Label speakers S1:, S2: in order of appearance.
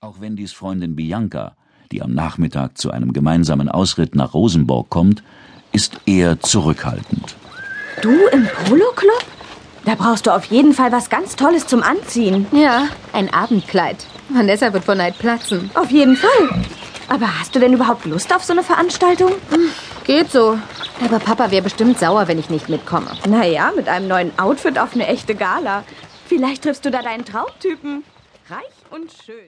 S1: Auch Wendys Freundin Bianca, die am Nachmittag zu einem gemeinsamen Ausritt nach Rosenborg kommt, ist eher zurückhaltend.
S2: Du im Polo-Club? Da brauchst du auf jeden Fall was ganz Tolles zum Anziehen.
S3: Ja, ein Abendkleid. Vanessa wird vor Neid platzen.
S2: Auf jeden Fall. Aber hast du denn überhaupt Lust auf so eine Veranstaltung?
S3: Geht so. Aber Papa wäre bestimmt sauer, wenn ich nicht mitkomme.
S2: Naja, mit einem neuen Outfit auf eine echte Gala. Vielleicht triffst du da deinen Traumtypen. Reich und schön.